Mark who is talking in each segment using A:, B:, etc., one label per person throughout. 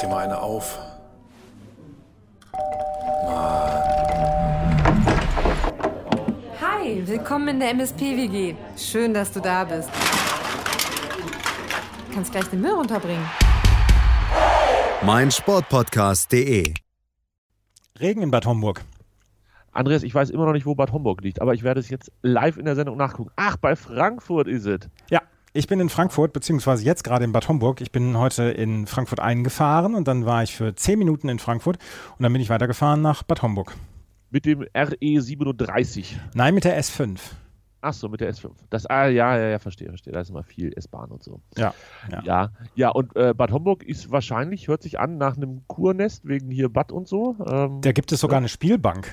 A: dir mal eine auf.
B: Hi, willkommen in der MSP-WG. Schön, dass du da bist. Du kannst gleich den Müll runterbringen.
C: mein Sportpodcast.de.
D: Regen in Bad Homburg.
E: Andreas, ich weiß immer noch nicht, wo Bad Homburg liegt, aber ich werde es jetzt live in der Sendung nachgucken. Ach, bei Frankfurt ist es.
D: Ja, ich bin in Frankfurt, beziehungsweise jetzt gerade in Bad Homburg. Ich bin heute in Frankfurt eingefahren und dann war ich für 10 Minuten in Frankfurt und dann bin ich weitergefahren nach Bad Homburg.
E: Mit dem RE37.
D: Nein, mit der S5.
E: Ach so, mit der S5. Das, ah, ja, ja, ja, verstehe, verstehe. Da ist immer viel S-Bahn und so.
D: Ja,
E: Ja,
D: ja.
E: ja, und äh, Bad Homburg ist wahrscheinlich, hört sich an nach einem Kurnest wegen hier Bad und so. Ähm,
D: Da gibt es sogar eine Spielbank.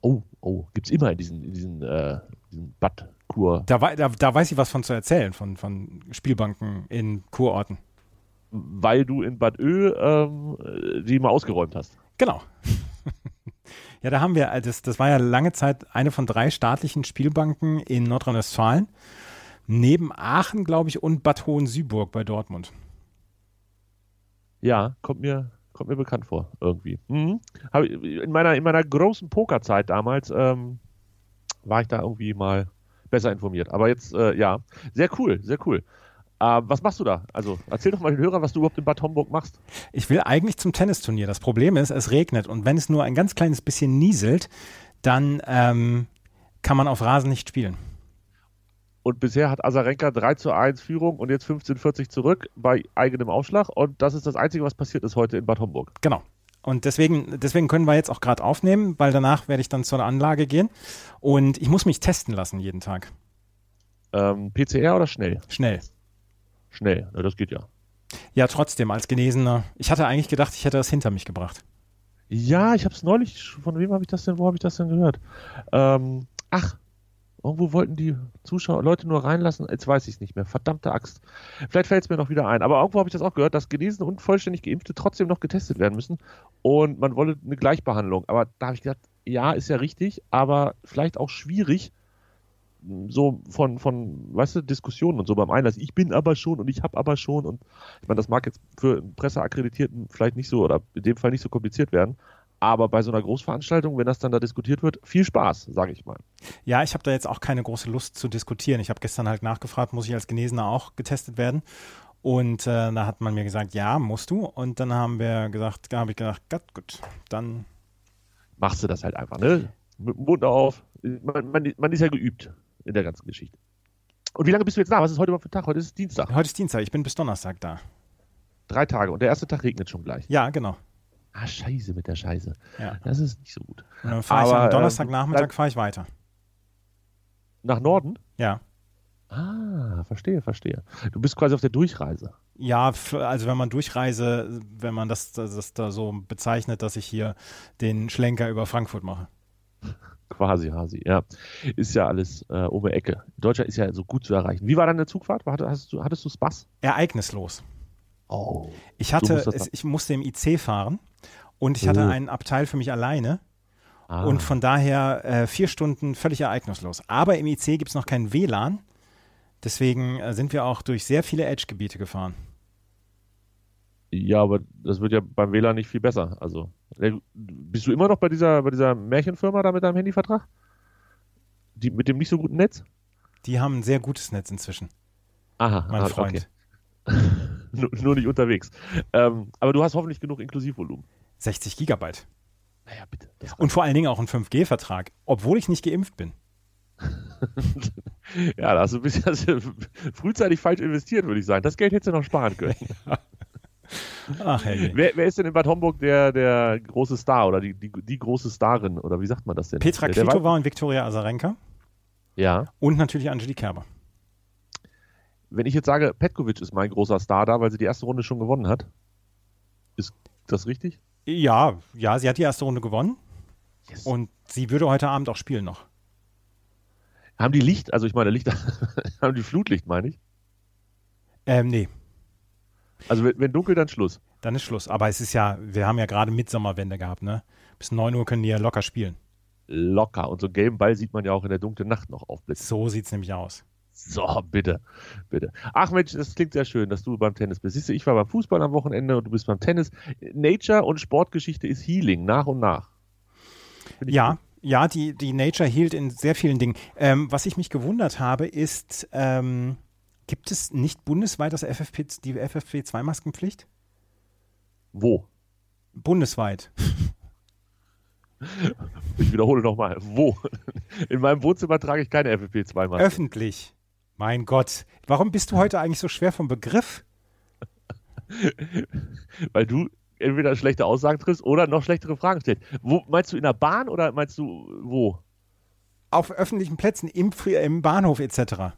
E: oh, oh, gibt's immer in diesen, in diesen, äh, diesen Bad-Kur.
D: Da, wei- da, da weiß ich was von zu erzählen, von, von Spielbanken in Kurorten.
E: weil du in Bad Ö ähm, äh, die mal ausgeräumt hast.
D: Genau. ja, da haben wir, äh, das, das war ja lange Zeit eine von drei staatlichen Spielbanken in Nordrhein-Westfalen. Neben Aachen, glaube ich, und Bad Hohen-Süburg bei Dortmund.
E: Ja, kommt mir, kommt mir bekannt vor, irgendwie. Mhm. Hab ich, in, meiner, in meiner großen Pokerzeit damals ähm, war ich da irgendwie mal besser informiert. Aber jetzt, äh, ja, sehr cool, sehr cool. Äh, was machst du da? Also erzähl doch mal den Hörern, was du überhaupt in Bad Homburg machst.
D: Ich will eigentlich zum Tennisturnier. Das Problem ist, es regnet und wenn es nur ein ganz kleines bisschen nieselt, dann ähm, kann man auf Rasen nicht spielen.
E: Und bisher hat Azarenka 3 zu 1 Führung und jetzt 15:40 zurück bei eigenem Aufschlag. Und das ist das Einzige, was passiert ist heute in Bad Homburg.
D: Genau. Und deswegen, deswegen können wir jetzt auch gerade aufnehmen, weil danach werde ich dann zur Anlage gehen und ich muss mich testen lassen jeden Tag.
E: Ähm, PCR oder schnell?
D: Schnell.
E: Schnell, na, das geht ja.
D: Ja, trotzdem, als Genesener. Ich hatte eigentlich gedacht, ich hätte das hinter mich gebracht.
E: Ja, ich habe es neulich. Von wem habe ich das denn? Wo habe ich das denn gehört? Ähm, ach, irgendwo wollten die Zuschauer Leute nur reinlassen. Jetzt weiß ich es nicht mehr. Verdammte Axt. Vielleicht fällt es mir noch wieder ein. Aber irgendwo habe ich das auch gehört, dass Genesene und vollständig Geimpfte trotzdem noch getestet werden müssen und man wolle eine Gleichbehandlung. Aber da habe ich gedacht, ja, ist ja richtig, aber vielleicht auch schwierig. So von, von, weißt du, Diskussionen und so beim Einlass. Ich bin aber schon und ich habe aber schon und ich meine, das mag jetzt für einen Presseakkreditierten vielleicht nicht so oder in dem Fall nicht so kompliziert werden. Aber bei so einer Großveranstaltung, wenn das dann da diskutiert wird, viel Spaß, sage ich mal.
D: Ja, ich habe da jetzt auch keine große Lust zu diskutieren. Ich habe gestern halt nachgefragt, muss ich als Genesener auch getestet werden? Und äh, da hat man mir gesagt, ja, musst du. Und dann haben wir gesagt, da habe ich gedacht, Gott, gut, dann
E: Machst du das halt einfach, ne? Mit dem Mund auf. Man, man, man ist ja geübt in der ganzen Geschichte. Und wie lange bist du jetzt da? Was ist heute überhaupt für ein Tag? Heute ist Dienstag.
D: Heute ist Dienstag, ich bin bis Donnerstag da.
E: Drei Tage und der erste Tag regnet schon gleich.
D: Ja, genau.
E: Ah, scheiße mit der Scheiße.
D: Ja.
E: Das ist nicht so gut.
D: Und dann fahre ich
E: Aber,
D: am
E: ähm,
D: Donnerstagnachmittag
E: dann-
D: fahre ich weiter.
E: Nach Norden?
D: Ja.
E: Ah, verstehe, verstehe. Du bist quasi auf der Durchreise.
D: Ja, f- also wenn man durchreise, wenn man das, das, das da so bezeichnet, dass ich hier den Schlenker über Frankfurt mache.
E: Quasi Hasi, ja. Ist ja alles äh, um die Ecke. Deutschland ist ja so gut zu erreichen. Wie war deine Zugfahrt? War- Hattest du, hattest du Spaß?
D: Ereignislos.
E: Oh.
D: Ich
E: Du
D: hatte,
E: musst das
D: es,
E: machen.
D: ich musste im IC fahren und ich hatte
E: Oh.
D: einen Abteil für mich alleine
E: Ah.
D: und von daher äh, vier Stunden völlig ereignislos. Aber im IC gibt es noch kein WLAN, deswegen äh, sind wir auch durch sehr viele Edge-Gebiete gefahren.
E: ja, aber das wird ja beim WLAN nicht viel besser. Also, äh, bist du immer noch bei dieser, bei dieser Märchenfirma da mit deinem Handyvertrag? Die, mit dem nicht so guten Netz?
D: Die haben ein sehr gutes Netz inzwischen,
E: Aha,
D: mein
E: ah,
D: Freund.
E: okay. nur, nur nicht unterwegs. Ähm, aber du hast hoffentlich genug Inklusivvolumen.
D: 60 Gigabyte.
E: Naja, bitte. Das
D: Und vor allen Dingen auch ein 5G-Vertrag, obwohl ich nicht geimpft bin.
E: Ja, da hast du ein bisschen hast du frühzeitig falsch investiert, würde ich sagen. Das Geld hättest du noch sparen können.
D: Ach, herrje.
E: Wer, wer ist denn in Bad Homburg der, der große Star oder die, die, die große Starin oder wie sagt man das denn?
D: Petra
E: Der- der
D: Kvitova und Viktoria Azarenka
E: Wei- Ja.
D: und natürlich Angelique Kerber.
E: Wenn ich jetzt sage, Petkovic ist mein großer Star da, weil sie die erste Runde schon gewonnen hat, ist das richtig?
D: Ja, ja, sie hat die erste Runde gewonnen
E: Yes.
D: und sie würde heute Abend auch spielen noch.
E: Haben die Licht, also ich meine Licht, haben die Flutlicht, meine ich.
D: Ähm, nee,
E: Also wenn, wenn dunkel, dann Schluss.
D: Dann ist Schluss. Aber es ist ja, wir haben ja gerade Mitsommerwende gehabt, ne? Bis 9 Uhr können die ja locker spielen.
E: Locker. Und so einen gelben Ball sieht man ja auch in der dunklen Nacht noch aufblitzen.
D: So sieht's nämlich aus.
E: So, bitte, bitte. Ach Mensch, das klingt sehr schön, dass du beim Tennis bist. Siehst du, ich war beim Fußball am Wochenende und du bist beim Tennis. Nature und Sportgeschichte ist Healing, nach und nach. Finde ich
D: Ja, ja, die, die Nature hielt in sehr vielen Dingen. Ähm, was ich mich gewundert habe, ist, ähm, gibt es nicht bundesweit das FFP, die FFP2-Maskenpflicht?
E: Wo?
D: Bundesweit.
E: Ich wiederhole nochmal. Wo? In meinem Wohnzimmer trage ich keine FFP2-Maske.
D: Öffentlich. Mein Gott. Warum bist du heute eigentlich so schwer vom Begriff?
E: Weil du entweder schlechte Aussagen triffst oder noch schlechtere Fragen stellst. Wo, meinst du in der Bahn oder meinst du wo?
D: Auf öffentlichen Plätzen, im, Fri- im Bahnhof etc.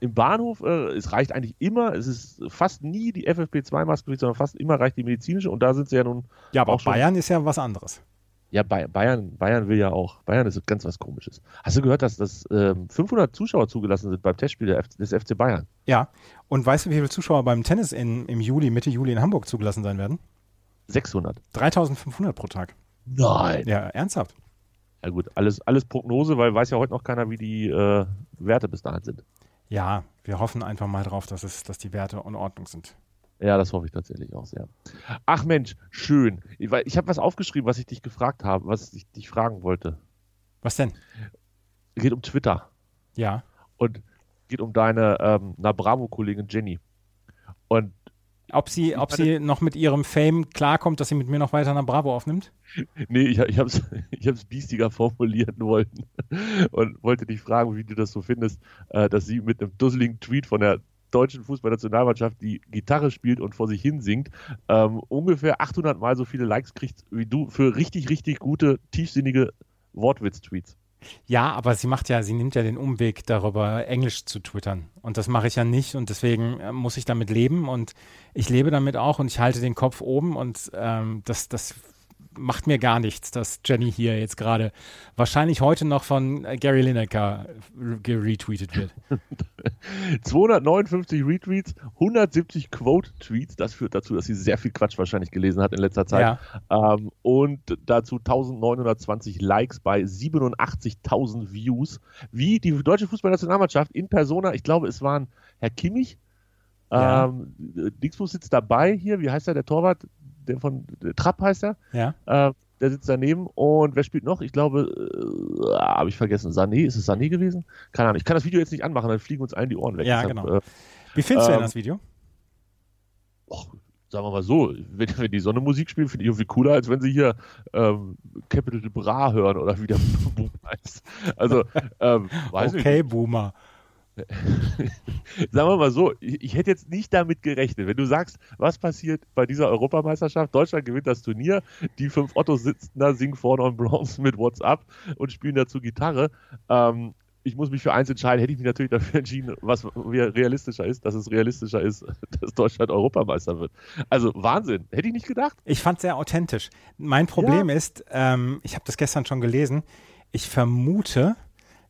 E: Im Bahnhof, äh, es reicht eigentlich immer, es ist fast nie die FFP2-Maske, Pflicht, sondern fast immer reicht die medizinische und da sind sie ja nun.
D: Ja, aber
E: Auch
D: auch
E: schon.
D: Bayern ist ja was anderes.
E: Ja, Bay- Bayern, Bayern will ja auch. Bayern ist ganz was Komisches. Hast du gehört, dass, dass ähm, 500 Zuschauer zugelassen sind beim Testspiel der F des FC Bayern?
D: Ja. Und weißt du, wie viele Zuschauer beim Tennis in, im Juli, Mitte Juli in Hamburg zugelassen sein werden?
E: 600.
D: 3500 pro Tag.
E: Nein.
D: Ja, ernsthaft.
E: Ja gut, alles, alles Prognose, weil weiß ja heute noch keiner, wie die äh, Werte bis dahin sind.
D: Ja, wir hoffen einfach mal drauf, dass, es, dass die Werte in Ordnung sind.
E: Ja, das hoffe ich tatsächlich auch sehr. Ach Mensch, schön. Ich, weil ich habe was aufgeschrieben, was ich dich gefragt habe, was ich dich fragen wollte.
D: Was denn?
E: Geht um Twitter
D: Ja.
E: und geht um deine ähm, Nabravo-Kollegin Jenny. Und
D: Ob sie, ob sie noch mit ihrem Fame klarkommt, dass sie mit mir noch weiter nach Bravo aufnimmt?
E: nee, ich, ich habe es ich hab's biestiger formulieren wollen und wollte dich fragen, wie du das so findest, äh, dass sie mit einem dusseligen Tweet von der deutschen Fußballnationalmannschaft, die Gitarre spielt und vor sich hin singt, ähm, ungefähr 800 Mal so viele Likes kriegt wie du für richtig, richtig gute, tiefsinnige Wortwitz-Tweets.
D: Ja, aber sie macht ja, sie nimmt ja den Umweg darüber, Englisch zu twittern. Und das mache ich ja nicht und deswegen äh, muss ich damit leben und ich lebe damit auch und ich halte den Kopf oben und ähm, das, das macht mir gar nichts, dass Jenny hier jetzt gerade wahrscheinlich heute noch von äh, Gary Lineker äh, geretweetet wird.
E: 259 Retweets, 170 Quote-Tweets. Das führt dazu, dass sie sehr viel Quatsch wahrscheinlich gelesen hat in letzter Zeit. Ähm, und dazu 1920 Likes bei 87.000 Views. Wie die deutsche Fußballnationalmannschaft in Persona, ich glaube, es waren Herr Kimmich,
D: Ja.
E: ähm, Dingsbus sitzt dabei hier, wie heißt er, der Torwart, der von Trapp heißt er,
D: Ja.
E: äh, der sitzt daneben und wer spielt noch? Ich glaube, äh, habe ich vergessen, Sané, ist es Sané gewesen? Keine Ahnung, ich kann das Video jetzt nicht anmachen, dann fliegen uns allen die Ohren weg.
D: Ja, genau.
E: äh,
D: Wie findest du denn
E: Ähm,
D: das Video?
E: och, sagen wir mal so, wenn, wenn die Sonne Musik spielt, finde ich irgendwie cooler, als wenn sie hier ähm, Capital Bra hören oder wie der Buch heißt. Also, ähm, weiß
D: Okay, Boomer.
E: nicht. Sagen wir mal so, ich, ich hätte jetzt nicht damit gerechnet. Wenn du sagst, was passiert bei dieser Europameisterschaft, Deutschland gewinnt das Turnier, die fünf Ottos sitzen da, singen vorne on Bronze mit WhatsApp und spielen dazu Gitarre. Ähm, ich muss mich für eins entscheiden, hätte ich mich natürlich dafür entschieden, was mir realistischer ist, dass es realistischer ist, dass Deutschland Europameister wird. Also Wahnsinn, hätte ich nicht gedacht.
D: Ich fand sehr authentisch. Mein Problem ist, ähm, ich habe das gestern schon gelesen, ich vermute,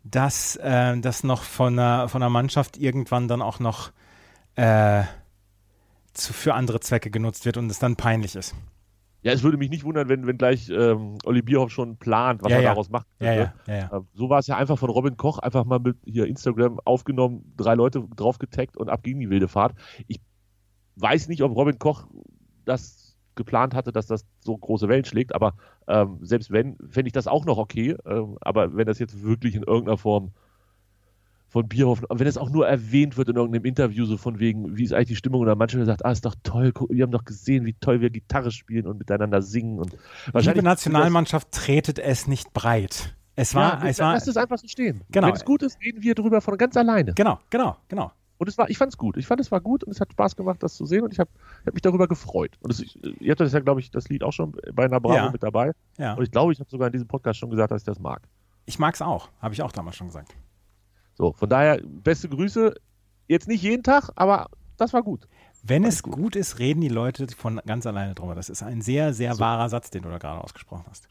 D: dass äh, das noch von einer, von einer Mannschaft irgendwann dann auch noch äh, zu, für andere Zwecke genutzt wird und es dann peinlich ist.
E: Ja, es würde mich nicht wundern, wenn, wenn gleich ähm, Olli Bierhoff schon plant, was
D: Ja,
E: er
D: ja.
E: daraus macht.
D: Ja, ja, ja, ja.
E: Äh, So war es ja einfach von Robin Koch, einfach mal mit hier Instagram aufgenommen, drei Leute drauf getaggt und ab ging die wilde Fahrt. Ich weiß nicht, ob Robin Koch das geplant hatte, dass das so große Wellen schlägt, aber ähm, selbst wenn, fände ich das auch noch okay. Ähm, aber wenn das jetzt wirklich in irgendeiner Form von Bierhoff, wenn es auch nur erwähnt wird in irgendeinem Interview, so von wegen, wie ist eigentlich die Stimmung oder manchmal sagt, ah, ist doch toll, guck, wir haben doch gesehen, wie toll wir Gitarre spielen und miteinander singen und
D: Liebe
E: wahrscheinlich.
D: Nationalmannschaft, tretet es nicht breit. Es war,
E: ja,
D: es war,
E: lass es einfach so stehen.
D: Genau.
E: Wenn es gut ist, reden wir drüber von ganz alleine.
D: genau, genau, genau.
E: Und es war, ich fand es gut. Ich fand es war gut und es hat Spaß gemacht, das zu sehen und ich habe hab mich darüber gefreut. Und es, ihr habt das ja, glaube ich, das Lied auch schon bei einer Bravo
D: Ja.
E: mit dabei.
D: Ja.
E: Und ich glaube, ich habe sogar in diesem Podcast schon gesagt, dass ich das mag.
D: Ich mag es auch, habe ich auch damals schon gesagt.
E: So, von daher, beste Grüße. Jetzt nicht jeden Tag, aber das war gut.
D: Wenn
E: Alles
D: es
E: gut.
D: gut. ist, reden die Leute von ganz alleine drüber. Das ist ein sehr, sehr wahrer Satz, den du da gerade ausgesprochen hast.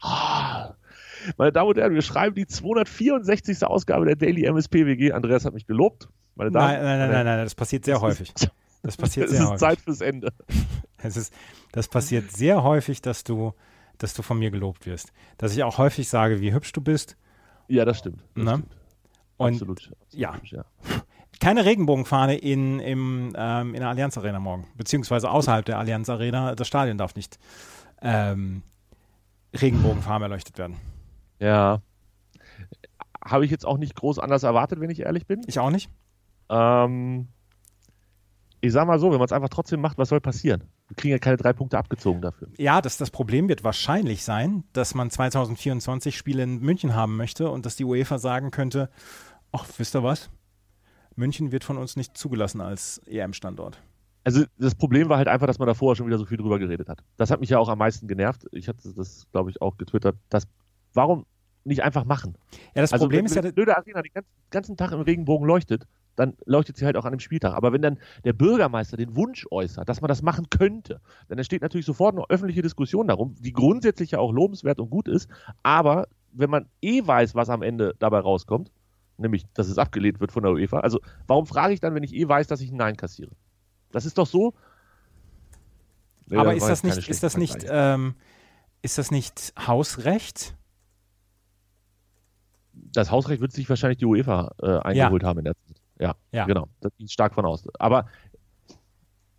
E: Meine Damen und Herren, wir schreiben die 264. Ausgabe der Daily MSPWG. Andreas hat mich gelobt. Meine Damen,
D: Nein, nein, nein, nein, nein, das passiert sehr häufig. Das passiert
E: Es
D: sehr
E: ist
D: häufig.
E: Zeit fürs Ende.
D: Es ist, das passiert sehr häufig, dass du, dass du von mir gelobt wirst. Dass ich auch häufig sage, wie hübsch du bist.
E: Ja, das stimmt. Das
D: Ne?
E: stimmt.
D: Und
E: Absolut.
D: ja.
E: Absolut, ja.
D: keine Regenbogenfahne in, im, ähm, in der Allianz Arena morgen, beziehungsweise außerhalb der Allianz Arena. Das Stadion darf nicht ähm, Regenbogenfarben erleuchtet werden.
E: Ja. Habe ich jetzt auch nicht groß anders erwartet, wenn ich ehrlich bin.
D: Ich auch nicht.
E: Ähm, ich sag mal so, wenn man es einfach trotzdem macht, was soll passieren? Wir kriegen ja keine drei Punkte abgezogen dafür.
D: Ja, das, das Problem wird wahrscheinlich sein, dass man 2024 Spiele in München haben möchte und dass die UEFA sagen könnte, ach, wisst ihr was? München wird von uns nicht zugelassen als E EM-Standort.
E: Also das Problem war halt einfach, dass man da vorher schon wieder so viel drüber geredet hat. Das hat mich ja auch am meisten genervt. Ich hatte das, glaube ich, auch getwittert. Dass, warum nicht einfach machen?
D: Ja, das
E: also
D: Problem
E: wenn
D: ist ja,
E: eine blöde Arena den ganzen, ganzen Tag im Regenbogen leuchtet, dann leuchtet sie halt auch an dem Spieltag. Aber wenn dann der Bürgermeister den Wunsch äußert, dass man das machen könnte, dann entsteht natürlich sofort eine öffentliche Diskussion darum, die grundsätzlich ja auch lobenswert und gut ist. Aber wenn man eh weiß, was am Ende dabei rauskommt, nämlich, dass es abgelehnt wird von der UEFA, also warum frage ich dann, wenn ich eh weiß, dass ich ein Nein kassiere? Das ist doch so. Nee,
D: aber
E: war
D: ist
E: jetzt
D: das
E: keine
D: nicht, ist
E: schlechte
D: das nicht,
E: Vergleich.
D: ähm, ist das nicht Hausrecht?
E: das Hausrecht wird sich wahrscheinlich die UEFA äh, eingeholt haben in der Zeit. Ja,
D: Ja.
E: genau. Da gehe ich stark von aus. Aber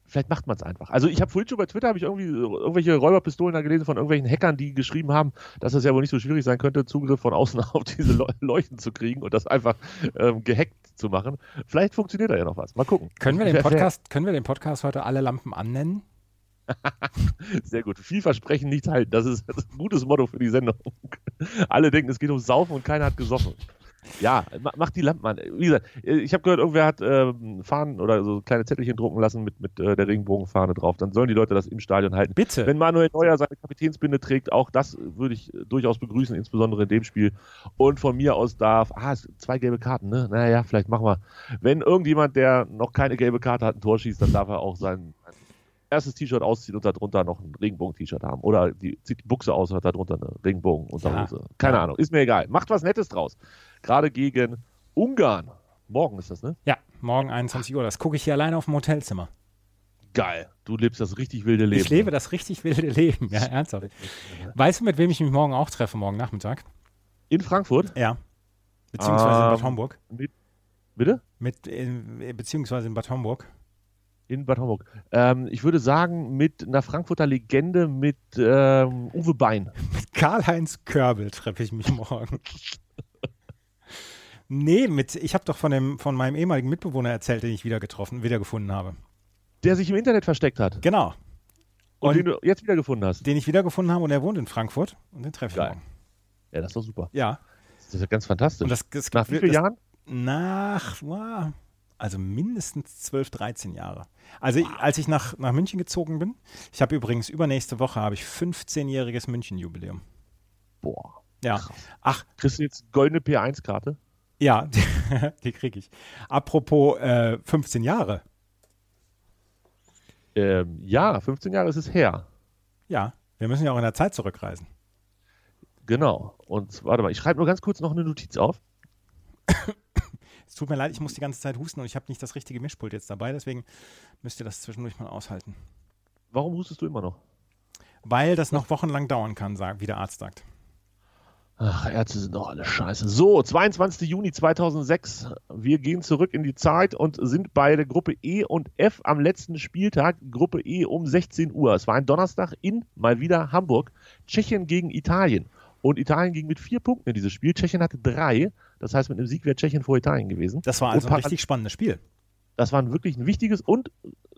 E: vielleicht macht man es einfach. Also ich habe vorhin schon bei Twitter habe ich irgendwie irgendwelche Räuberpistolen da gelesen von irgendwelchen Hackern, die geschrieben haben, dass es ja wohl nicht so schwierig sein könnte, Zugriff von außen auf diese Leu Leuchten zu kriegen und das einfach ähm, gehackt zu machen. Vielleicht funktioniert da ja noch was. Mal gucken.
D: Können wir, den
E: Wer- wer-
D: Podcast, können wir den Podcast heute alle Lampen annennen?
E: Sehr gut. Viel versprechen, nichts halten. Das ist, das ist ein gutes Motto für die Sendung. Alle denken, es geht ums Saufen und keiner hat gesoffen. Ja, ma- macht die Lampen an. Wie gesagt, äh, ich habe gehört, irgendwer hat ähm, Fahnen oder so kleine Zettelchen drucken lassen mit, mit äh, der Regenbogenfahne drauf. Dann sollen die Leute das im Stadion halten.
D: Bitte.
E: Wenn Manuel Neuer seine Kapitänsbinde trägt, auch das würde ich äh, durchaus begrüßen, insbesondere in dem Spiel. Und von mir aus darf, ah, es sind zwei gelbe Karten, ne? Naja, vielleicht machen wir. Wenn irgendjemand, der noch keine gelbe Karte hat, ein Tor schießt, dann darf er auch sein erstes T-Shirt ausziehen und darunter noch ein Regenbogen-T-Shirt haben. Oder die, zieht die Buchse aus und hat darunter eine Regenbogen-Unterhose. Keine Ahnung, ist mir egal. Macht was Nettes draus. Gerade gegen Ungarn. Morgen ist das, ne?
D: ja, morgen 21 Uhr. Das gucke ich hier alleine auf dem Hotelzimmer.
E: Geil. Du lebst das richtig wilde Leben.
D: Ich lebe das richtig wilde Leben. Ja, ernsthaft. Weißt du, mit wem ich mich morgen auch treffe, morgen Nachmittag?
E: In Frankfurt?
D: Ja. Beziehungsweise in Bad
E: Ähm.
D: Homburg.
E: Bitte?
D: Mit, äh, beziehungsweise in Bad Homburg.
E: In Bad Homburg. Ähm, ich würde sagen, mit einer Frankfurter Legende mit ähm, Uwe Bein.
D: Mit Karl-Heinz Körbel treffe ich mich morgen. nee, mit, ich habe doch von, dem, von meinem ehemaligen Mitbewohner erzählt, den ich wieder getroffen, wiedergefunden habe.
E: Der sich im Internet versteckt hat.
D: Genau.
E: Und,
D: Und-
E: den du jetzt wiedergefunden hast.
D: Den ich wiedergefunden habe und er wohnt in Frankfurt. Und den treffe ich
E: Geil.
D: morgen.
E: Ja, das ist doch super.
D: Ja.
E: Das ist ja ganz fantastisch.
D: Und das, das,
E: Nach wie vielen
D: das,
E: Jahren?
D: Nach, wow, also mindestens 12, 13 Jahre. Also ich- als ich nach, nach München gezogen bin, ich habe übrigens übernächste Woche habe ich 15-jähriges München-Jubiläum.
E: Boah.
D: Ja. Ach,
E: Kriegst du jetzt goldene P1-Karte?
D: ja, die, kriege ich. Apropos äh, 15 Jahre.
E: Ähm, ja, 15 Jahre ist es her.
D: Ja, wir müssen ja auch in der Zeit zurückreisen.
E: Genau. Und warte mal, ich schreibe nur ganz kurz noch eine Notiz auf.
D: Es tut mir leid, ich muss die ganze Zeit husten und ich habe nicht das richtige Mischpult jetzt dabei, deswegen müsst ihr das zwischendurch mal aushalten.
E: Warum hustest du immer noch?
D: Weil das noch wochenlang dauern kann, sag, wie der Arzt sagt.
E: Ach, Ärzte sind doch alle scheiße. So, 22. Juni 2006. Wir gehen zurück in die Zeit und sind bei der Gruppe E und F am letzten Spieltag. Gruppe E um 16 Uhr. Es war ein Donnerstag in mal wieder Hamburg. Tschechien gegen Italien. Und Italien ging mit vier Punkten in dieses Spiel. Tschechien hatte drei. Das heißt, mit einem Sieg wäre Tschechien vor Italien gewesen.
D: Das war
E: Und
D: also ein
E: parallel-
D: richtig spannendes Spiel.
E: Das war ein wirklich ein wichtiges und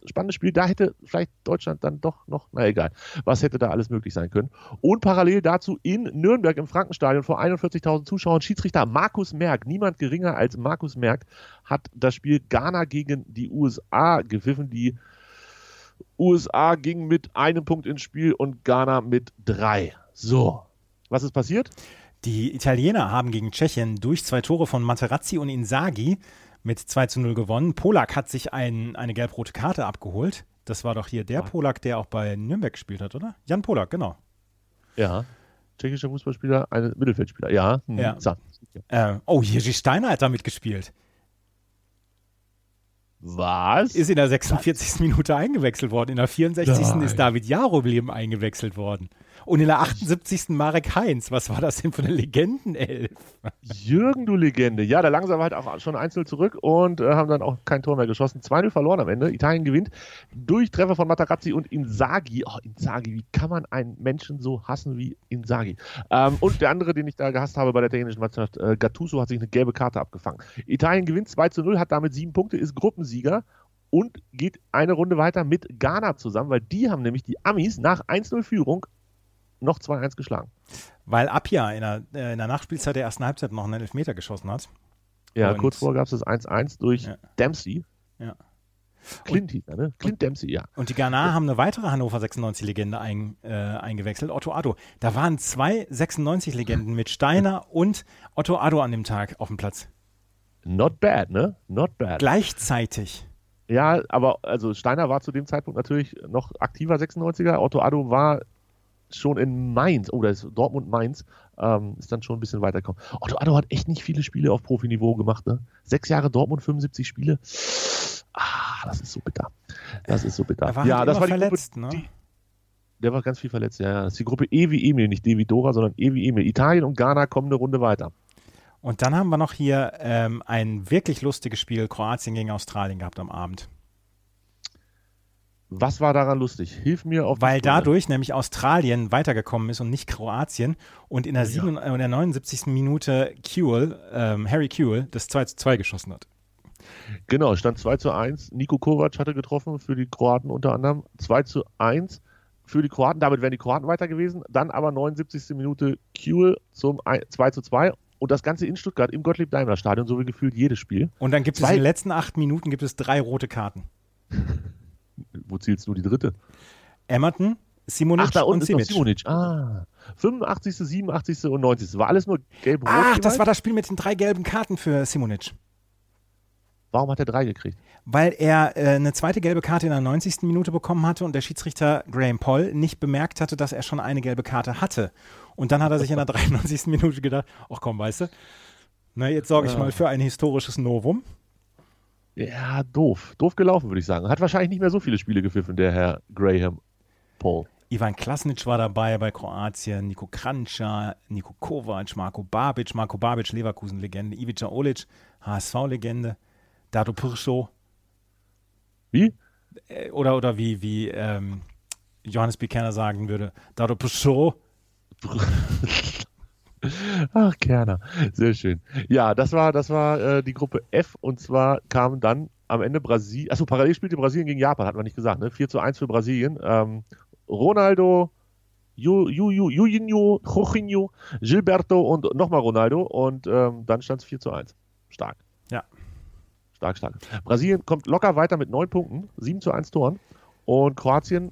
E: spannendes Spiel. Da hätte vielleicht Deutschland dann doch noch, na egal, was hätte da alles möglich sein können. Und parallel dazu in Nürnberg im Frankenstadion vor 41.000 Zuschauern Schiedsrichter Markus Merck, niemand geringer als Markus Merck, hat das Spiel Ghana gegen die USA gepfiffen. Die USA ging mit einem Punkt ins Spiel und Ghana mit drei. So, was ist passiert?
D: Die Italiener haben gegen Tschechien durch zwei Tore von Materazzi und Insagi mit 2 zu 0 gewonnen. Polak hat sich ein, eine gelb-rote Karte abgeholt. Das war doch hier der Polak, der auch bei Nürnberg gespielt hat, oder? Jan Polak, genau.
E: Ja, tschechischer Fußballspieler, ein Mittelfeldspieler. Ja, hm,
D: Ja.
E: so.
D: Äh, oh, Jerzy Steiner hat da mitgespielt.
E: Was?
D: Ist in der 46. Minute eingewechselt worden. In der 64.
E: Nein.
D: ist David Jarobleben eingewechselt worden. Und in der 78. Marek Heinz, was war das denn für eine Legendenelf?
E: Jürgen, du Legende. Ja, da langsam halt auch schon einzeln zurück und äh, haben dann auch kein Tor mehr geschossen. 2-0 verloren am Ende. Italien gewinnt durch Treffer von Matarazzi und Inzaghi. Oh, Inzaghi, wie kann man einen Menschen so hassen wie Inzaghi? Ähm, und der andere, den ich da gehasst habe bei der italienischen Mannschaft, äh, Gattuso, hat sich eine gelbe Karte abgefangen. Italien gewinnt 2-0, hat damit sieben Punkte, ist Gruppensieger und geht eine Runde weiter mit Ghana zusammen, weil die haben nämlich die Amis nach 1-0 Führung noch 2-1 geschlagen.
D: Weil Apia in der, äh, in der Nachspielzeit der ersten Halbzeit noch einen Elfmeter geschossen hat.
E: Ja,
D: Und-
E: kurz vorher gab es das 1-1 durch
D: Ja.
E: Dempsey.
D: Ja.
E: Clint hieß er, ne? Clint Dempsey, ja.
D: Und die Ghana haben eine weitere Hannover 96-Legende ein, äh, eingewechselt, Otto Addo. Da waren zwei 96-Legenden mit Steiner und Otto Addo an dem Tag auf dem Platz.
E: Not bad, ne? Not bad.
D: Gleichzeitig.
E: Ja, aber also Steiner war zu dem Zeitpunkt natürlich noch aktiver 96er. Otto Addo war schon in Mainz, oh, da ist Dortmund Mainz, ähm, ist dann schon ein bisschen weitergekommen. Otto Addo hat echt nicht viele Spiele auf Profiniveau gemacht, ne? Sechs Jahre Dortmund, 75 Spiele. Ah, das ist so bitter. Das ist so bitter.
D: Er war
E: ja,
D: halt
E: das
D: immer
E: war die
D: verletzt,
E: Gruppe,
D: ne?
E: die, der war ganz viel verletzt, ja, ja. Das ist die Gruppe E wie Emil, nicht D wie Dora, sondern E wie Emil. Italien und Ghana kommen eine Runde weiter.
D: Und dann haben wir noch hier ähm, ein wirklich lustiges Spiel Kroatien gegen Australien gehabt am Abend.
E: Was war daran lustig? Hilf mir auf die
D: Weil
E: Sprünge.
D: dadurch nämlich Australien weitergekommen ist und nicht Kroatien. Und in der, sieben, äh, in der 79. Minute Kewell, ähm, Harry Kewell, das 2 zu 2 geschossen hat.
E: Genau, stand 2 zu 1. Niko Kovac hatte getroffen für die Kroaten unter anderem. 2 zu 1 für die Kroaten. Damit wären die Kroaten weiter gewesen. Dann aber 79. Minute Kiel zum ein- 2 zu 2. Und das Ganze in Stuttgart im Gottlieb-Daimler-Stadion, so wie gefühlt jedes Spiel.
D: Und dann gibt es
E: Zwei-
D: in den letzten acht Minuten gibt es drei rote Karten.
E: Wo zielst du die dritte?
D: Emmerton, Simonic
E: Ach, da unten
D: und
E: ist noch
D: Simic.
E: Simonic. Ah. 85., 87. und 90. War alles nur gelb-rot.
D: Ach,
E: jeweils?
D: das war das Spiel mit den drei gelben Karten für Simonic.
E: Warum hat er drei gekriegt?
D: Weil er äh, eine zweite gelbe Karte in der 90. Minute bekommen hatte und der Schiedsrichter Graham Poll nicht bemerkt hatte, dass er schon eine gelbe Karte hatte. Und dann hat er sich in der 93. Minute gedacht, ach komm, weißt du, na, jetzt sorge ich mal für ein historisches Novum.
E: Ja, doof. Doof gelaufen, würde ich sagen. Hat wahrscheinlich nicht mehr so viele Spiele gepfiffen, der Herr Graham Paul.
D: Ivan Klasnic war dabei bei Kroatien, Niko Kranjca, Niko Kovac, Marko Babic, Marko Babic, Leverkusen-Legende, Ivica Olic, HSV-Legende, Dado Pirso
E: Wie?
D: äh, oder, oder wie, wie ähm, Johannes Buchanan sagen würde, Dado Pirso,
E: Ach, Kerner. Sehr schön. Ja, das war, das war äh, die Gruppe F und zwar kamen dann am Ende Brasilien. Achso, parallel spielte Brasilien gegen Japan, hat man nicht gesagt, ne? 4 zu 1 für Brasilien. Ähm, Ronaldo, Ju- Ju- Ju- Juninho, Jorginho, Gilberto und nochmal Ronaldo und ähm, dann stand es 4 zu 1. Stark.
D: Ja.
E: Stark, stark. Brasilien kommt locker weiter mit 9 Punkten, 7 zu 1 Toren und Kroatien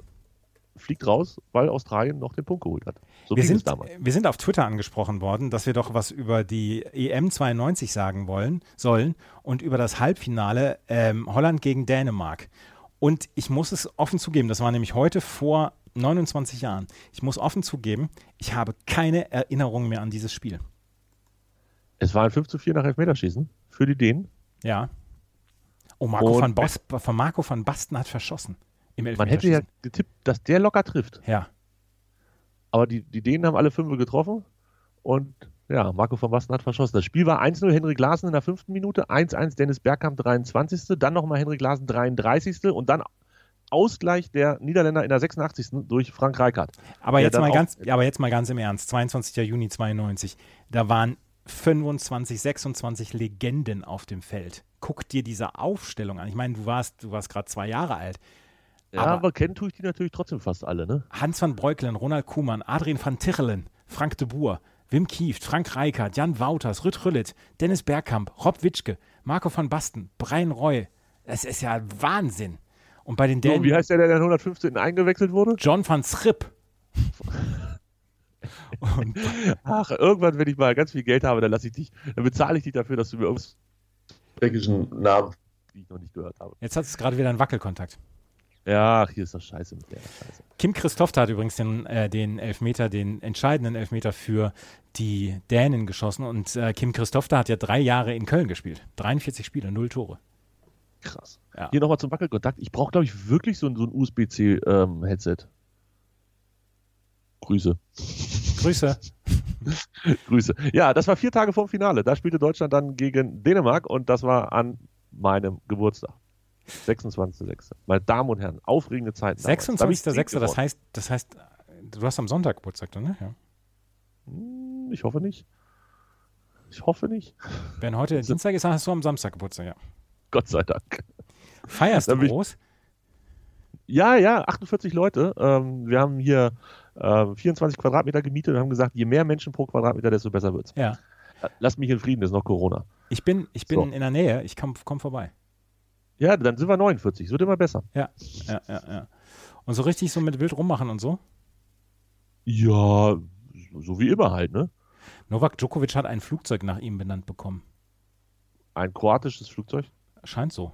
E: fliegt raus, weil Australien noch den Punkt geholt hat. So
D: wir
E: ging es
D: sind, wir sind auf Twitter angesprochen worden, dass wir doch was über die EM 92 sagen wollen, sollen und über das Halbfinale ähm, Holland gegen Dänemark. Und ich muss es offen zugeben, das war nämlich heute vor 29 Jahren. Ich muss offen zugeben, ich habe keine Erinnerung mehr an dieses Spiel.
E: Es war ein 5 zu 4 nach Elfmeterschießen für die Dänen.
D: Ja. Oh, Marco
E: Und-
D: van, Bos, von Marco van Basten hat verschossen. Im
E: Man hätte ja
D: Elfmeterschießen.
E: getippt, dass der locker trifft.
D: ja.
E: Aber die, die Dänen haben alle Fünfe getroffen und ja, Marco van Basten hat verschossen. Das Spiel war 1-0 Henrik Larsen in der fünften Minute, 1-1 Dennis Bergkamp 23. Dann nochmal Henrik Larsen 33. Und dann Ausgleich der Niederländer in der 86. durch Frank Rijkaard.
D: Aber,
E: Ja,
D: jetzt
E: dann
D: mal
E: auch-
D: ganz, aber jetzt mal ganz im Ernst, 22. Juni 92, da waren 25, 26 Legenden auf dem Feld. Guck dir diese Aufstellung an. Ich meine, du warst, du warst gerade zwei Jahre alt.
E: Ja,
D: Aber-
E: aber, kennen tue ich die natürlich trotzdem fast alle, ne?
D: Hans van Breukelen, Ronald Kuhmann, Adrian van Tichelen, Frank de Boer, Wim Kieft, Frank Reikert, Jan Wouters, Rüd Rüllit, Dennis Bergkamp, Rob Witschke, Marco van Basten, Brian Roy. Das ist ja Wahnsinn. Und bei den
E: So, wie
D: Dänen,
E: heißt der, der in der 115. eingewechselt wurde?
D: John van Schripp. Und
E: Ach, irgendwann, wenn ich mal ganz viel Geld habe, dann lasse ich dich, dann bezahle ich dich dafür, dass du mir irgendwas belgischen Namen, die ich noch nicht gehört habe.
D: jetzt hat es gerade wieder einen Wackelkontakt.
E: Ja, ach, hier ist das Scheiße mit der Scheiße.
D: Kim Christoph hat übrigens den, äh, den Elfmeter, den entscheidenden Elfmeter für die Dänen geschossen. Und äh, Kim Christoph hat ja drei Jahre in Köln gespielt. 43 Spiele, null Tore.
E: Krass.
D: Ja.
E: Hier nochmal zum Wackelkontakt. Ich brauche, glaube ich, wirklich so ein, so ein USB-C-Headset. ähm, Grüße.
D: Grüße.
E: Grüße. Ja, das war vier Tage vorm Finale. Da spielte Deutschland dann gegen Dänemark und das war an meinem Geburtstag. 26.06. Meine Damen und Herren, aufregende Zeiten. damals. Da hab ich Sieg
D: 26.06. Das
E: gewonnen.
D: heißt, das heißt, du hast am Sonntag Geburtstag, dann, ne? Ja.
E: Hm, Ich hoffe nicht. Ich hoffe nicht.
D: Wenn heute der Dienstag ist, hast du am Samstag Geburtstag, ja.
E: Gott sei Dank.
D: Feierst du
E: Dann bin ich-
D: groß?
E: Ja, ja, 48 Leute. Ähm, wir haben hier äh, 24 Quadratmeter gemietet und haben gesagt, je mehr Menschen pro Quadratmeter, desto besser wird's.
D: Ja.
E: Lasst mich in Frieden, das ist noch Corona.
D: Ich bin, ich bin
E: So.
D: in der Nähe, ich komm, komm vorbei.
E: Ja, dann sind wir 49. Es wird immer besser.
D: Ja, ja, ja, ja. Und so richtig so mit wild rummachen und so.
E: Ja, so wie immer halt, ne?
D: Novak Djokovic hat ein Flugzeug nach ihm benannt bekommen.
E: Ein kroatisches Flugzeug.
D: Scheint so.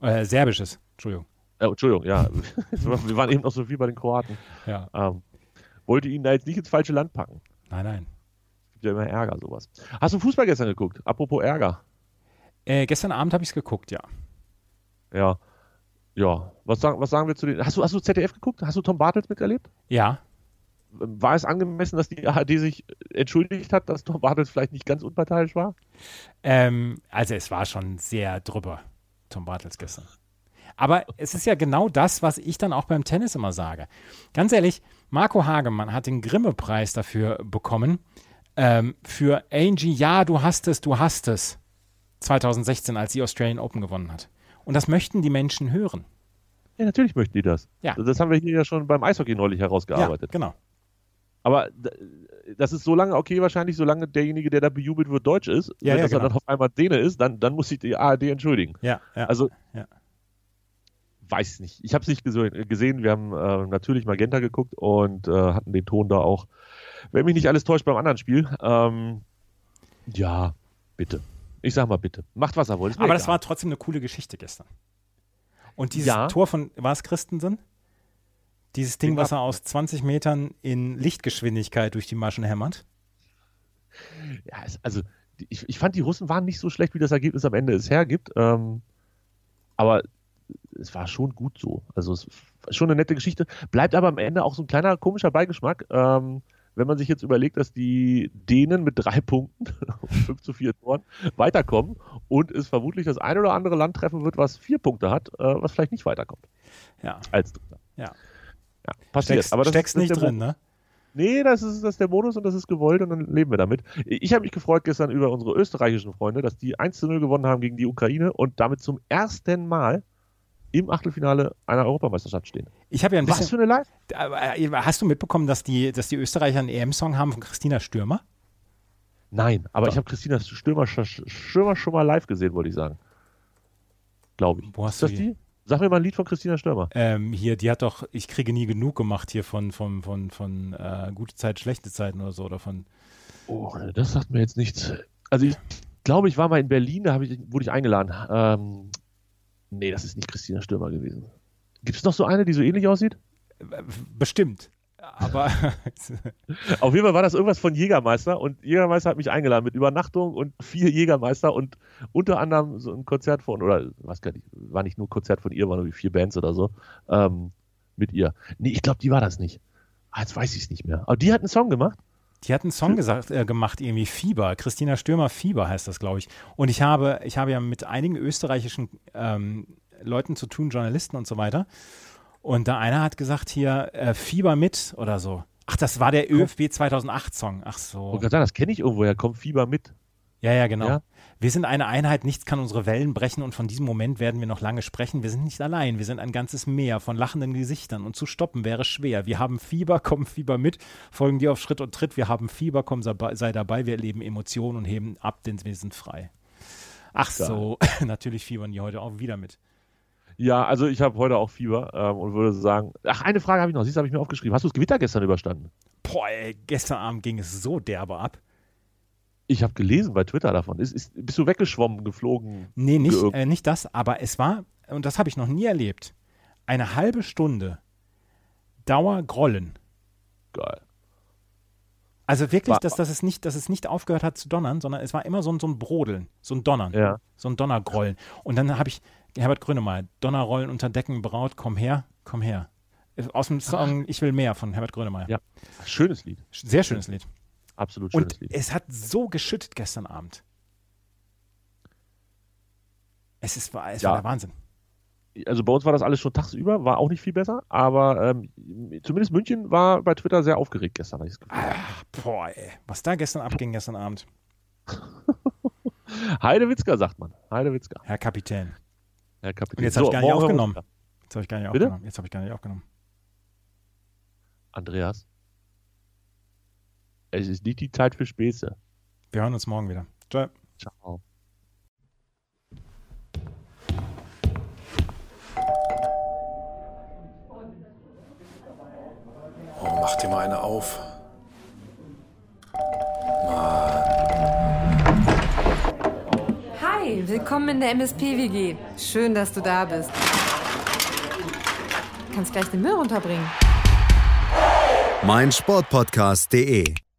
D: Äh, serbisches, Entschuldigung.
E: Äh, Entschuldigung, ja. wir waren eben noch so viel bei den Kroaten.
D: Ja.
E: Ähm, wollte ihn da jetzt nicht ins falsche Land packen.
D: Nein, nein.
E: Gibt ja immer Ärger, sowas. Hast du Fußball gestern geguckt? Apropos Ärger.
D: Äh, gestern Abend habe ich es geguckt, ja.
E: Ja. Ja. Was, sagen- was sagen wir zu den. Hast du, hast du ZDF geguckt? Hast du Tom Bartels miterlebt?
D: Ja,
E: War es angemessen, dass die ARD sich entschuldigt hat, dass Tom Bartels vielleicht nicht ganz unparteiisch war?
D: Ähm, also es war schon sehr drüber, Tom Bartels gestern. Aber es ist ja genau das, was ich dann auch beim Tennis immer sage. Ganz ehrlich, Marco Hagemann hat den Grimme-Preis dafür bekommen, ähm, für Angie, ja, du hast es, du hast es, 2016, als sie Australian Open gewonnen hat. Und das möchten die Menschen hören.
E: Ja, natürlich möchten die das. Also
D: Ja.
E: Das haben wir hier ja schon beim Eishockey neulich herausgearbeitet.
D: Ja, genau.
E: Aber d- das ist so lange okay, wahrscheinlich, solange derjenige, der da bejubelt wird, Deutsch ist.
D: Ja,
E: Wenn
D: ja,
E: das
D: genau.
E: dann auf einmal Däne ist, dann, dann muss sich die ARD entschuldigen.
D: Ja, ja.
E: Also,
D: ja.
E: weiß nicht. Ich habe es nicht gese- gesehen. Wir haben äh, natürlich Magenta geguckt und äh, hatten den Ton da auch, wenn mich nicht alles täuscht, beim anderen Spiel. Ähm, ja, bitte. Ich sag mal bitte. Macht, was er wollt. Ist mir
D: Aber das
E: egal.
D: war trotzdem eine coole Geschichte gestern. Und dieses
E: Ja.
D: Tor von, war es Christensen? Dieses Ding,
E: Den
D: was er aus 20 Metern in Lichtgeschwindigkeit durch die Maschen hämmert.
E: Ja, es, also, die- ich, ich fand, die Russen waren nicht so schlecht, wie das Ergebnis am Ende es hergibt. Ähm, aber es war schon gut so. Also, es war schon eine nette Geschichte. Bleibt aber am Ende auch so ein kleiner komischer Beigeschmack. Ähm, wenn man sich jetzt überlegt, dass die Dänen mit drei Punkten, 5 zu 4 Toren, weiterkommen und es vermutlich das ein oder andere Land treffen wird, was vier Punkte hat, äh, was vielleicht nicht weiterkommt
D: Ja.
E: als Dritter.
D: Ja.
E: Ja, passiert.
D: Steckst,
E: aber das
D: steckst
E: ist- das ist
D: nicht
E: der Mo-
D: drin, ne?
E: Nee, das ist, das ist der Modus und das ist gewollt und dann leben wir damit. Ich habe mich gefreut gestern über unsere österreichischen Freunde, dass die 1 zu 0 gewonnen haben gegen die Ukraine und damit zum ersten Mal im Achtelfinale einer Europameisterschaft stehen.
D: Ich habe ja ein
E: Was für
D: bisschen.
E: eine Leistung.
D: Äh, Hast du mitbekommen, dass die, dass die Österreicher einen EM-Song haben von Christina Stürmer?
E: Nein, aber ich habe Christina Stürmer, sch- Stürmer schon mal live gesehen, wollte ich sagen. Glaube ich.
D: Wo hast
E: ist das
D: du die?
E: die? Sag mir mal ein Lied von Christina Stürmer.
D: Ähm, hier, die hat doch Ich kriege nie genug gemacht hier von, von, von, von äh, Gute Zeit, Schlechte Zeiten oder so. Oder von,
E: Oh, das sagt mir jetzt nichts. Also ich glaube, ich war mal in Berlin, da hab ich, wurde ich eingeladen. Ähm, nee, das ist nicht Christina Stürmer gewesen. Gibt es noch so eine, die so ähnlich aussieht?
D: äh, bestimmt. Aber
E: Auf jeden Fall war das irgendwas von Jägermeister und Jägermeister hat mich eingeladen mit Übernachtung und vier Jägermeister und unter anderem so ein Konzert von, oder was kann ich, war nicht nur ein Konzert von ihr, waren irgendwie vier Bands oder so, ähm, mit ihr. Nee, ich glaube, die war das nicht. Ah, jetzt weiß ich es nicht mehr. Aber die hat einen Song gemacht.
D: Die hat einen Song gesagt, äh, gemacht, irgendwie Fieber. Christina Stürmer Fieber heißt das, glaube ich. Und ich habe, ich habe ja mit einigen österreichischen ähm, Leuten zu tun, Journalisten und so weiter. Und da einer hat gesagt hier, äh, Fieber mit oder so. Ach, das war der ÖFB 2008-Song. Ach
E: Und
D: so.
E: gesagt, das kenne ich irgendwoher, kommt Fieber mit.
D: Ja, ja, genau.
E: Ja.
D: Wir sind eine Einheit, nichts kann unsere Wellen brechen und von diesem Moment werden wir noch lange sprechen. Wir sind nicht allein, wir sind ein ganzes Meer von lachenden Gesichtern und zu stoppen wäre schwer. Wir haben Fieber, komm Fieber mit, folgen dir auf Schritt und Tritt. Wir haben Fieber, komm sei- sei dabei, wir erleben Emotionen und heben ab, denn wir sind frei. Ach
E: Geil.
D: so, natürlich fiebern die heute auch wieder mit.
E: Ja, also ich habe heute auch Fieber ähm, und würde sagen, ach, eine Frage habe ich noch, siehst du, habe ich mir aufgeschrieben. Hast du das Gewitter gestern überstanden?
D: Boah, ey, gestern Abend ging es so derbe ab.
E: Ich habe gelesen bei Twitter davon. Ist, ist, bist du weggeschwommen, geflogen?
D: Nee, nicht,
E: Geirrt.
D: äh, nicht das, aber es war, und das habe ich noch nie erlebt, eine halbe Stunde Dauergrollen.
E: Geil.
D: Also wirklich,
E: War-
D: dass, dass, es nicht, dass es nicht aufgehört hat zu donnern, sondern es war immer so ein, so ein Brodeln, so ein Donnern,
E: Ja.
D: so ein Donnergrollen. Und dann habe ich Herbert Grönemeyer, Donnerrollen unter Decken, Braut, komm her, komm her. Aus dem Song Ich will mehr von Herbert Grönemeyer.
E: Ja. Schönes Lied.
D: Sehr schönes Lied.
E: Absolut schönes
D: Und
E: Lied.
D: es hat so geschüttet gestern Abend. Es, ist, es war
E: Ja.
D: der Wahnsinn.
E: also bei uns war das alles schon tagsüber, war auch nicht viel besser, aber ähm, zumindest München war bei Twitter sehr aufgeregt gestern. hab ich's gefühlt.
D: Boah, ey. Was da gestern abging, gestern Abend.
E: Heide Witzka sagt man. Heide Witzka.
D: Herr Kapitän.
E: Herr Kapitän.
D: Und jetzt hab ich gar nicht
E: morgen hören wir
D: aufgenommen.
E: uns wieder.
D: Jetzt habe ich gar nicht
E: Bitte?
D: aufgenommen. Jetzt habe ich gar nicht aufgenommen.
E: Andreas. Es ist nicht die Zeit für Späße.
D: Wir hören uns morgen wieder. Ciao.
E: Ciao.
A: Oh, mach dir mal eine auf.
B: Hi, willkommen in der MSP-WG. Schön, dass du da bist. Kannst gleich den Müll runterbringen.
C: meinsportpodcast.de